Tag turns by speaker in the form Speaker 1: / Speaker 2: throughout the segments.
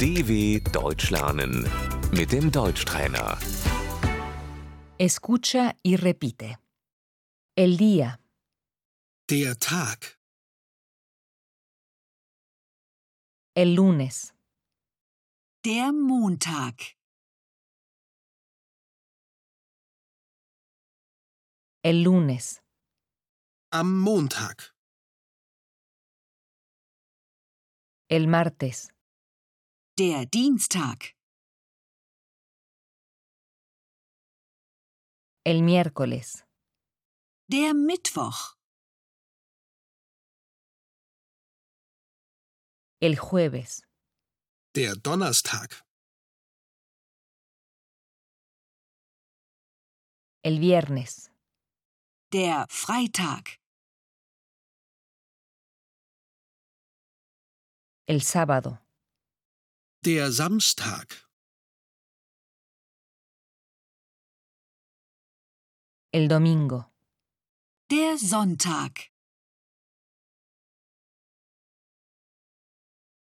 Speaker 1: DW Deutsch lernen mit dem Deutschtrainer.
Speaker 2: Escucha y repite. El día,
Speaker 3: Der Tag,
Speaker 2: el lunes,
Speaker 4: Der Montag,
Speaker 2: el lunes,
Speaker 3: am Montag,
Speaker 2: el martes,
Speaker 4: der Dienstag,
Speaker 2: el miércoles,
Speaker 4: der Mittwoch,
Speaker 2: el jueves,
Speaker 3: der Donnerstag,
Speaker 2: el viernes,
Speaker 4: der Freitag,
Speaker 2: el sábado,
Speaker 3: der Samstag,
Speaker 2: el domingo,
Speaker 4: der Sonntag,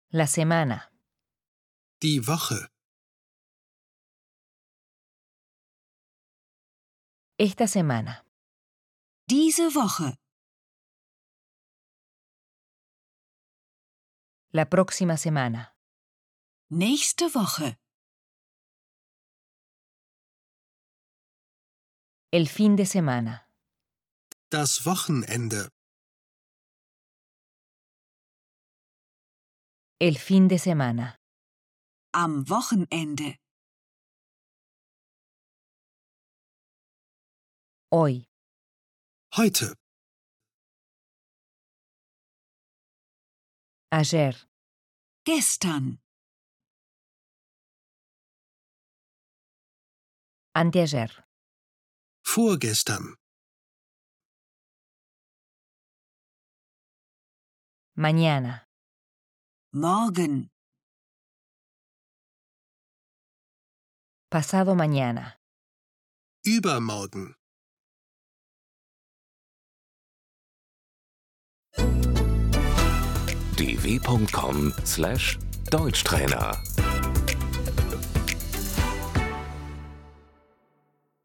Speaker 2: la semana,
Speaker 3: die Woche,
Speaker 2: esta semana,
Speaker 4: diese Woche,
Speaker 2: la próxima semana,
Speaker 4: nächste Woche,
Speaker 2: el fin de semana,
Speaker 3: das Wochenende,
Speaker 2: el fin de semana,
Speaker 4: am Wochenende,
Speaker 2: hoy,
Speaker 3: heute,
Speaker 2: ayer,
Speaker 4: gestern,
Speaker 2: anteayer,
Speaker 3: vorgestern,
Speaker 2: mañana,
Speaker 4: morgen,
Speaker 2: pasado mañana,
Speaker 3: übermorgen.
Speaker 1: dw.com/deutschtrainer